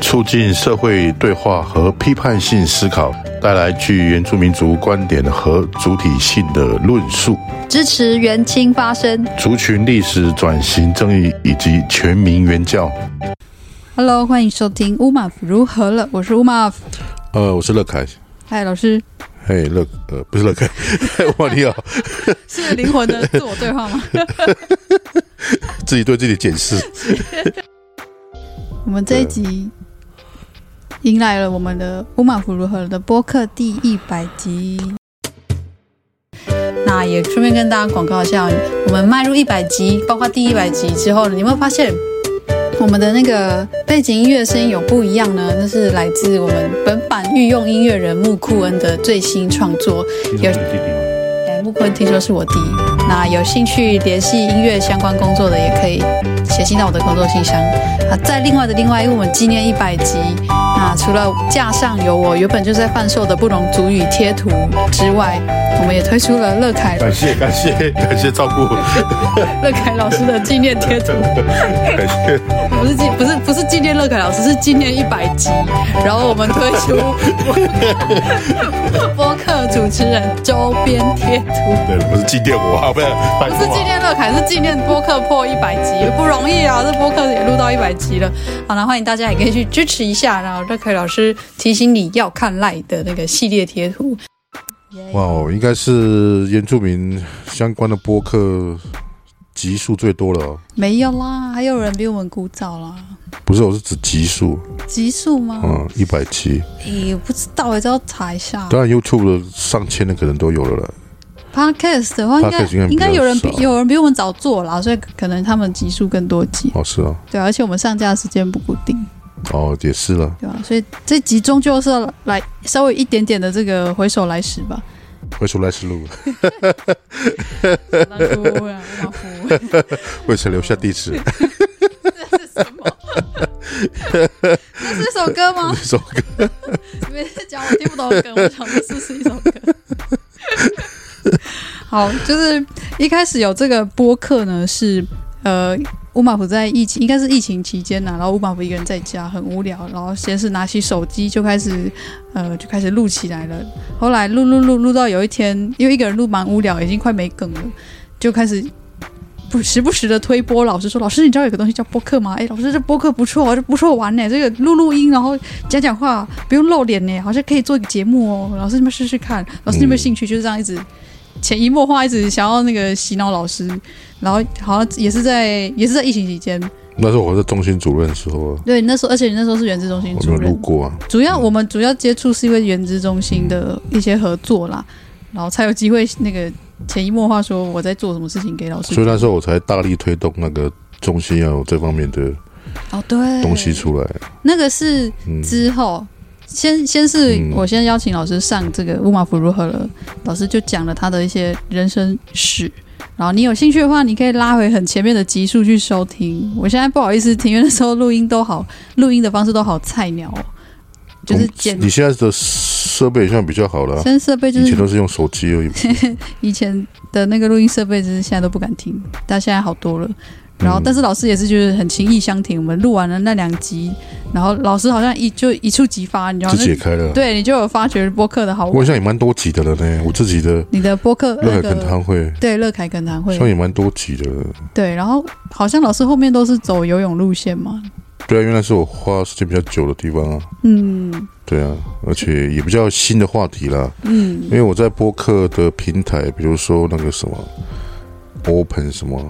促进社会对话和批判性思考，带来具原住民族观点和主体性的论述，支持原青发声。族群历史转型正义以及全民原教。 Hello，欢迎收听《乌马夫如何了》，我是乌马夫。呃，我是乐凯。嗨，哎老师，嘿，乐呃不是乐凯， 哇你好，是灵魂的自我对话吗？自己对自己检视。我们这一集迎来了我们的《乌马福如何》的播客第一百集。那也顺便跟大家广告一下，我们迈入一百集，包括第一百集之后呢，你会发现我们的那个背景音乐声音有不一样呢？那是来自我们本版御用音乐人穆库恩的最新创作。有哎，穆库恩听说是我弟，那有兴趣联系音乐相关工作的，也可以写信到我的工作信箱。啊，在另外的另外，因为我们纪念一百集，那除了架上有我原本就在贩售的布隆族语贴图之外，我们也推出了乐 凯 感谢感谢感谢照顾，乐凯老师的纪念贴图，感谢不是纪不是不是纪念乐凯老师，是纪念一百集。然后我们推出播客主持人周边贴图。对，不是纪念我啊，不是拜不是托纪啊，念乐凯，是纪念播客破一百集，不容易啊！这播客也录到一百集了。好了，欢迎大家也可以去支持一下。然后乐凯老师提醒你要看赖的那个系列贴图。哇哦，应该是原住民相关的播客集数最多了、哦。没有啦，还有人比我们古早啦。不是，我是指集数，集数吗？嗯，一百集。也、不知道，这要查一下。当然，YouTube 的上千的可能都有了啦。 Podcast 的话，应该 Podcast 应该比较应该有人比少有人比我们早做啦，所以可能他们集数更多集。哦，是啊，对啊，而且我们上架时间不固定。哦，也是了。对吧、啊所以这集终究是要来稍微一点点的这个回首来时吧。会出来是 路，当初啊，马夫，为谁留下 地址？这是什么？这是一首歌吗 这？首歌你们在讲我听不懂的歌，我想这是一首歌。好，就是一开始有这个播客呢，是呃，乌马夫在疫情应该是疫情期间呢、然后乌马夫一个人在家很无聊，然后先是拿起手机就开始呃就开始录起来了，后来录录录录到有一天，因为一个人录蛮无聊，已经快没梗了，就开始。不时不时的推播，老师说：“老师，你知道有个东西叫播客吗？哎，老师，这播客不错哦，这不错玩呢。这个录录音，然后讲讲话，不用露脸呢，好像可以做一个节目哦。老师，你们试试看。老师，你有没有兴趣？就是这样一直潜移默化，一直想要那个洗脑老师。然后好像也是在也是在疫情期间，那时候我在中心主任的时候啊，对，那时候而且你那时候是原子中心我没主有录任，过啊。主要我们主要接触是因为原子中心的一些合作啦，然后才有机会那个潜移默化说我在做什么事情给老师所以。那时候我才大力推动那个中心要有这方面的哦，对，东西出来。那个是嗯，之后，先先是嗯我先邀请老师上这个乌马福如何了，老师就讲了他的一些人生史。然后你有兴趣的话，你可以拉回很前面的集数去收听。我现在不好意思听，因为那时候录音都好，录音的方式都好菜鸟、哦，就是剪你。现在的设备现在比较好了啊，现在设备就以前是都是用手机 而已。以前的那个录音设备，就是现在都不敢听，但现在好多了。然后，嗯但是老师也是就是很情意相挺，我们录完了那两集，然后老师好像一就一触即发，你知道就那解开了。对你就有发掘播客的好我好玩。像也蛮多集的了呢，我自己的你的播客乐那凯恳个谈会，对乐凯恳谈好会像也蛮多集的了。对，然后好像老师后面都是走游泳路线嘛，对啊，因为那是我花时间比较久的地方啊。嗯对啊，而且也比较新的话题啦。嗯因为我在播客的平台，比如说那个什么 Open 什么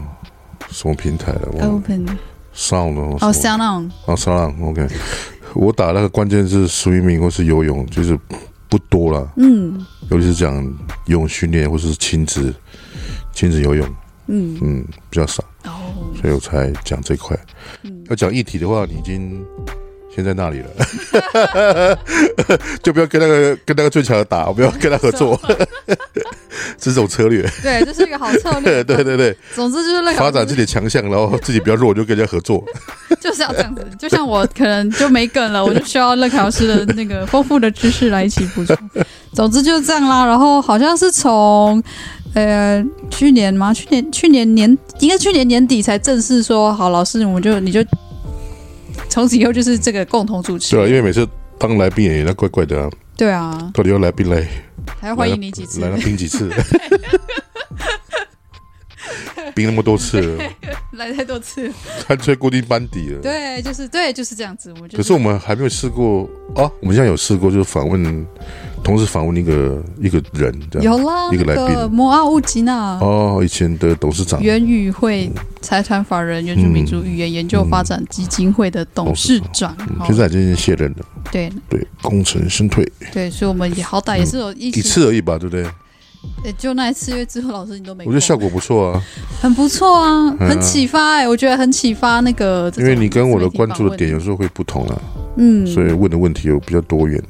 什么平台了，忘了，open Sound 哦哦什么，sound on，啊 Sound OK，我打那个关键字 swimming 或是游泳，就是不多啦，嗯尤其是讲游泳训练或是亲子亲子游泳，嗯嗯，比较少。哦，所以我才讲这块嗯。要讲议题的话，你已经先在那里了， 就不要跟那个跟那个最强打，不要跟他合 作，这是种策略。对，这是一个好策略。 对对对，总之就是那个发展自己的强项，然后自己比较弱就跟人家合作。就是要这样子。就像我可能就没梗了，我就需要乐凯老师的那个丰富的知识来一起补充。总之就是这样啦。然后好像是从呃去年吗？去年去年年应该去年年底才正式说好，老师我们就你就从此以后就是这个共同主持。对啊，因为每次当来宾也那怪怪的啊，对啊，到底要来宾来还要欢迎你几次来。了宾几次， 宾那么多次 了， 来太多次了，干脆固定班底了。对，就是对，就是这样子。我就可是我们还没有试过啊，我们现在有试过，就是访问同时访问一个一个人这样。有啦，一个来那宾个摩奥乌吉纳哦，以前的董事长原语会财团法人原住民族语言研究发展基金会的董事长，嗯好现在已经卸任了，对对，功成身退对，所以我们也好歹也是有一一起，嗯次而已吧，对不对？呃就那一次，因为之后老师你都没我空，觉得效果不错啊，很不错啊，嗯很启发哎、我觉得很启发那个这因种为你跟我的关注的自媒点体有时候会不同啊，访问，所嗯，以问的问题有比较多元，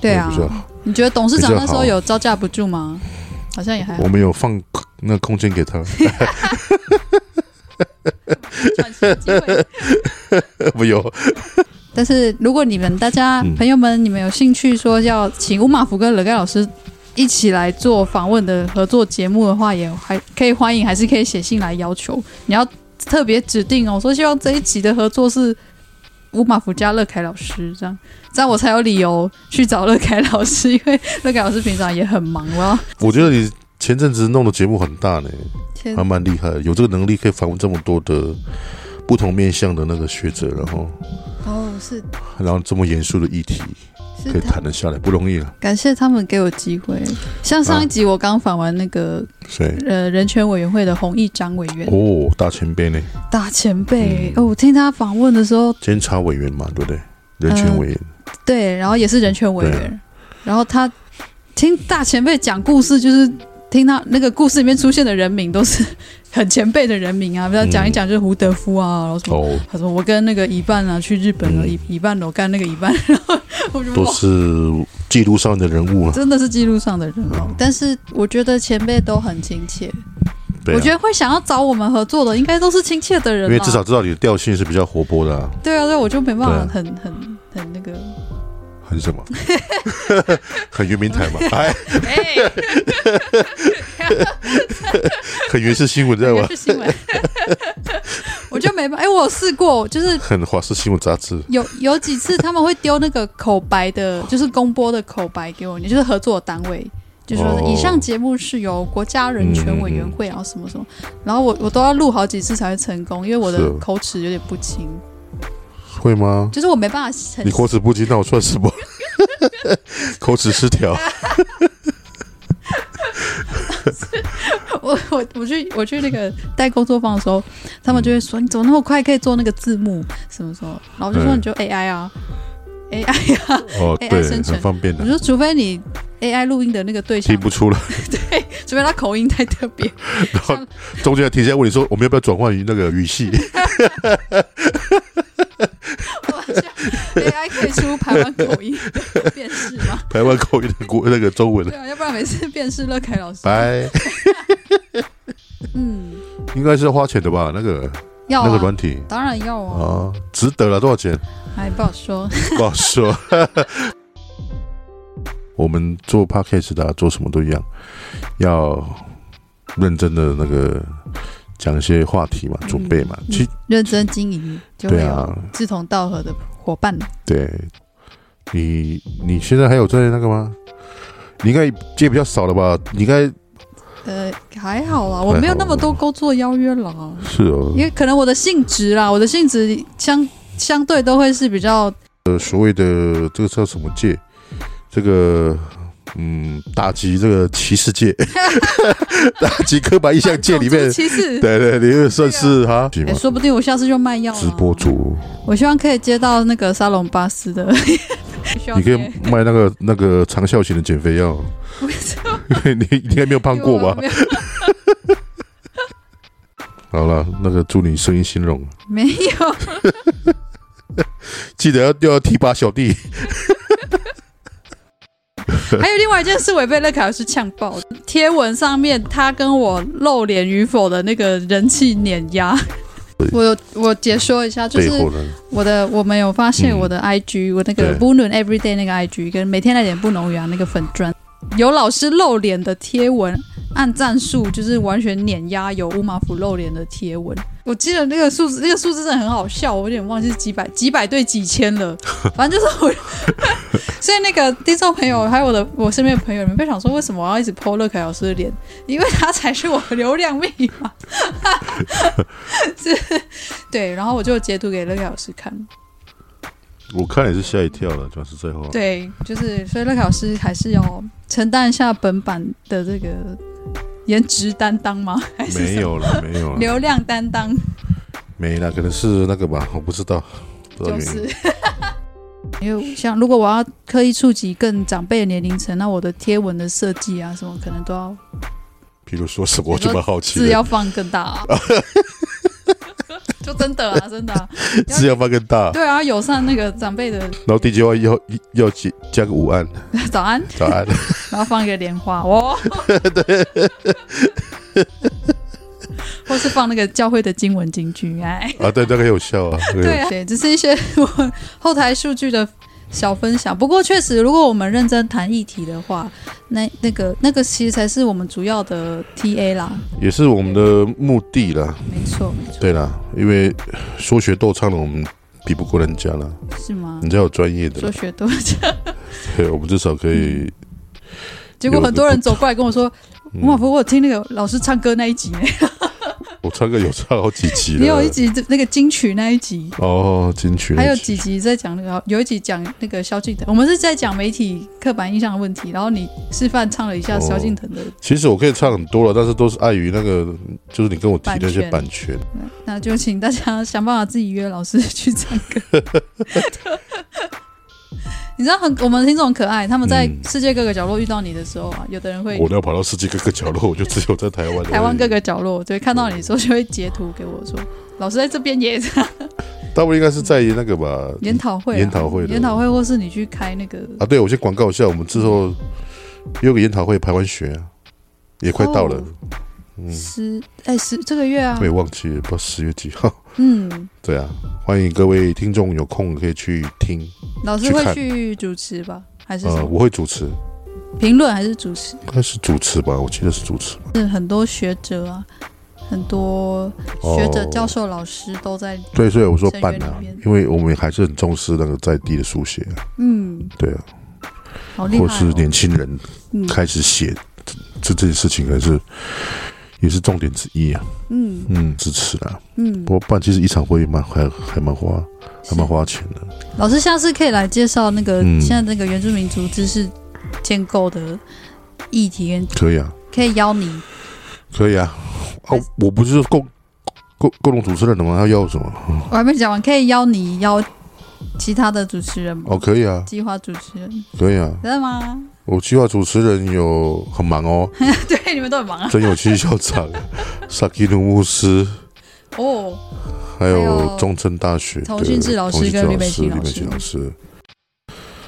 对啊比，较好。你觉得董事长比较那时候好有招架不住吗？好像也还好我，们有放那空间给他， 喘息的机会。我们有但是如果你们大家、嗯朋友们，你们有兴趣说要请乌马福跟乐盖老师一起来做访问的合作节目的话，也还可以欢迎，还是可以写信来要求。你要特别指定哦，说希望这一集的合作是乌马福加乐凯老师，这样这样我才有理由去找乐凯老师，因为乐凯老师平常也很忙，我要我觉得你前阵子弄的节目很大呢，先还蛮厉害的，有这个能力可以访问这么多的不同面向的那个学者，然后哦，是然后这么严肃的议题是可以他谈得下来，不容易了。啊感谢他们给我机会。像上一集我刚访完那个、谁？呃人权委员会的洪义章委员，哦，大前辈呢？大前辈、嗯哦，我听他访问的时候，监察委员嘛，对不对？人权委员，对，然后也是人权委对啊员，然后他听大前辈讲故事，就是听他那个故事里面出现的人名都是 很前辈的人名啊，比如讲一讲就是胡德夫啊，然后什么。哦，他说：“我跟那个乙半啊去日本了，嗯乙乙半楼干那个乙半， 然后我就都哇，是记录上的人物啊了。真的是记录上的人哦。但是我觉得前辈都很亲切，对、啊，我觉得会想要找我们合作的，应该都是亲切的人啦。啊因为至少知道你的调性是比较活泼的、啊，对啊，对啊，我就没办对法啊很很很那个 很什么，很圆明台嘛，哎，哎， 很原是新闻在应吗该？是新 闻。我就没办，哎、我有试过，就是很华视新闻杂志，有有几次他们会丢那个口白的，就是公播的口白给我，你就是合作单位。就说哦以上节目是由国家人权委员会，然后什么什么，然后我我都要录好几次才会成功，因为我是的哦口齿有点不清，会吗？就是我没办法很你口齿不清，那我算什么？口齿失调， 我我我去我去那个带工作坊的时候，他们就会说你怎么那么快可以做那个字幕什么什么，然后我就说嗯你就 AI 啊、AI 啊，哦，哎对爱，生存很方便我的，说除非你 AI 录音的那个对象听不出来。除非他口音太特 别，然后中间还停下来问你说，我们要不要转换那个 语系？我想 AI 可以出台湾口音的辨识吗？ 台湾口音的国那个中文对，啊，要不然每次辨识乐凯老师，拜，嗯，应该是要花钱的吧？那个要那个软啊，体当然要啊，啊，值得了，多少钱？ 还不好说。不好说。 我们做 podcast 的啊、做什么都一样，要认真的那个讲一些话题嘛，准备嘛。嗯其认真经营就会对有啊，志同道合的伙伴。对，你你现在还有在那个吗？你应该接比较少了吧？你应该呃，还好啦，我没有那么多工作邀约啦，是哦因，为可能我的性质啦，我的性质相相对都会是比较呃，所谓的这个叫什么界？这个嗯，打击这个歧 视界，打击刻板印象界里种面族，歧视。啊哎对对，你也算是哈，也说不定我下次就卖药了。直播主。我希望可以接到那个沙龙巴斯 的，需要你可以接卖那个那个长效型的减肥药，不是 你应该没有胖过吧？没有好了，那个祝你生意兴隆，没有，记得要要提拔小弟。还有另外一件事，我也被乐凯老师呛爆。贴文上面他跟我露脸与否的那个人气碾压对。我有我解说一下，就背是后呢，我的我们有发现嗯我的 IG，、我那个对 b u n u n Everyday 那个 IG 跟每天来点不农园那个粉砖，有老师露脸的贴文，按赞数就是完全碾压有乌马府露脸的贴文。我记得那个数字，那个数字真的很好笑，我有点忘记是几百几百对几千了，反正就是我。 所以那个听众朋友还有我的我身边的朋友，你们被想说为什么我要一直 PO 乐凯老师的脸？因为他才是我的流量密码。 是，对，然后我就截图给乐凯老师看。我看也是吓一跳了，讲实在话。对，就是所以乐凯老师还是要承担一下本版的这个颜值担当吗？ 还是没什么有啊了，没有了，流量担当？没了，可能是那个吧，我不知道，不知道就原因。是， 因为像如果我要刻意触及更长辈的年龄层，那我的贴文的设计啊什么，可能都要比如说什么，我就蛮好奇字 的，要放更大、啊。就真的啊，真的、啊，字要放更大，对啊，友善那个长辈的 然后 DJ 要要要加加个午安，早安，早安。然后放一个莲花，哦，或是放那个教会的经文金句，哎，啊，对，那个很有效啊，那个对、啊，对，只是一些 我后台数据的小分享。不过确实，如果我们认真谈议题的话，那那个那个其实才是我们主要的 TA 啦，也是我们的目的啦。没错，没错，对啦，因为说学逗唱的我们比不过人家啦，是吗人？家有专业的说啦，学多讲，对，我们至少可以。结果很多人走过来跟我说：“嗯吴马福，我有听那个老师唱歌那一集呢，我唱歌有唱好几集了，也有一集那个金曲那一集。”哦，金曲那还有集几集在讲那个，有一集讲那个萧敬腾，我们是在讲媒体刻板印象的问题，然后你示范唱了一下哦萧敬腾的，其实我可以唱很多了，但是都是碍于那个，就是你跟我提的那些版版权。那就请大家 想办法自己约老师 去唱歌。 你知道很我们听众很可爱，他们在嗯世界各个角落遇到你的时候啊，有的人会我要跑到世界各个角落，我就只有在台湾。台湾各，个角落，对，看到你的时候就会截图给我说，老师在这边也这样大部分应该是在于那个吧。研讨会啊、呃研讨会的研讨会，或是你去开那个啊，对，我先广告一下，我们之后有个研讨会，排完学啊也快到了，哦嗯，十哎十这个月啊我，也忘记了，不知道十月几号。 嗯，对啊，欢迎各位听众有空可以去听。老师去会看去主持吧，还是什呃，么？我会主持，评论还是主持？应该是主持吧，我记得是主持吧。是很多学者啊，很多学者、哦教授、老师都在。对，所以我说办成啊员里面，因为我们还是很重视那个在地的书写啊，嗯，对啊，好厉害、或哦。是年轻人嗯开始写这这件事情，还是也是重点之一啊。嗯嗯，支持啦。嗯不，过办其实一场会蛮还还蛮花还蛮花钱的。老师下次可以来介绍那个、嗯现在那个原住民族知识建构的议题跟，可以啊，可以邀你。可以啊。哦，我不是共共共同主持人的吗？他要什么？我还没讲完，可以邀你邀其他的主持人吗？哦，可以啊，计划主持人可以啊。真的吗？ 我计划主持人有很忙哦，对，你们都很忙啊。真有七 校长、萨基努牧师，哦，还还有有中正大学的童训志老师童训志跟吕老美师、琴吕老美师琴老师，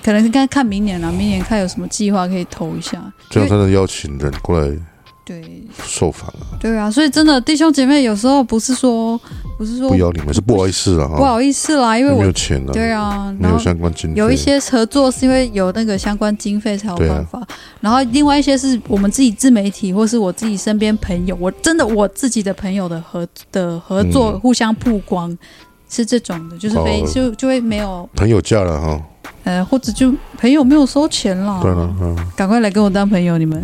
可能应该看明年了，明年看有什么计划可以投一下。这样才能邀请人过来对，受访啊。对啊，所以真的弟兄姐妹有时候不是说不是说不邀你们是不好意思了不啊，好意思啦，因为没有我钱了，对啊，没然有后相关经费，有一些合作是因为有那个相关经费才有对啊办法，然后另外一些是我们自己自媒体或是我自己身边朋友，我真的我自己的朋友的合的合作嗯互相曝光。是这种的，就是非、哦就就会没有，朋友价了哈。呃，或者就朋友没有收钱啦，对了，嗯。赶快来跟我当朋友，你 们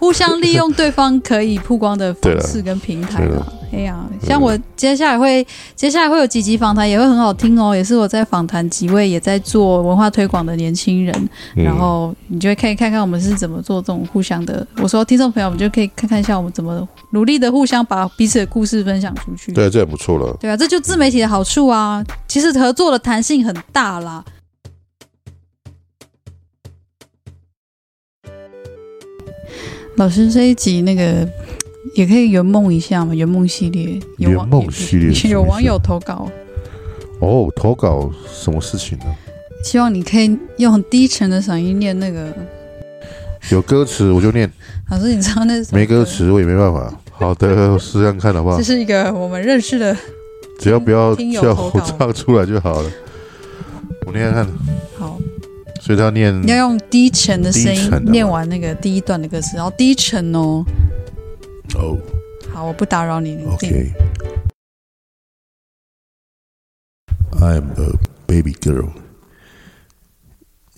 互相利用对方可以曝光的方式跟平台对了对啦。哎呀，像我接下来会接下来会有几集访谈，也会很好听哦，也是我在访谈几位也在做文化推广的年轻人，嗯然后你就会可以看看我们是怎么做这种互相的。我说听众朋友，我们就可以看看一下我们怎么努力的互相把彼此的故事分享出去。对，这也不错了。对啊，这就自媒体的好处啊，其实合作的弹性很大啦。老师这一集那个也可以圆梦一下嘛，圆梦系列有网圆梦系 列有是不是有网友投稿，哦，投稿什么事情呢？希望你可以用很低沉的嗓音念那个。有歌词我就念，老师，你知道那是什么没歌歌？词我也没办法。好的，试试看看好不好这？是一个我们认识的，只要不要听友叫投我稿唱出来就好了。我念看看，好，所以他念你要用低沉的声嗯低音沉的吗念完那个第一段的歌词，然后低沉哦。哦好，我不打扰你，你自己 Okay. I'm a baby girl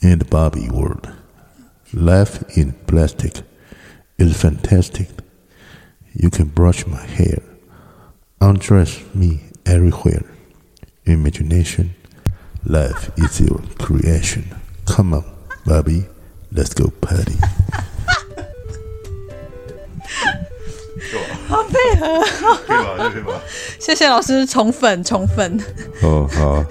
in the Barbie world. Life in plastic is fantastic. You can brush my hair, undress me everywhere. Imagination, life is your creation. Come on, Barbie, let's go party. 好配合。谢谢老师宠粉宠粉。哦，好、啊，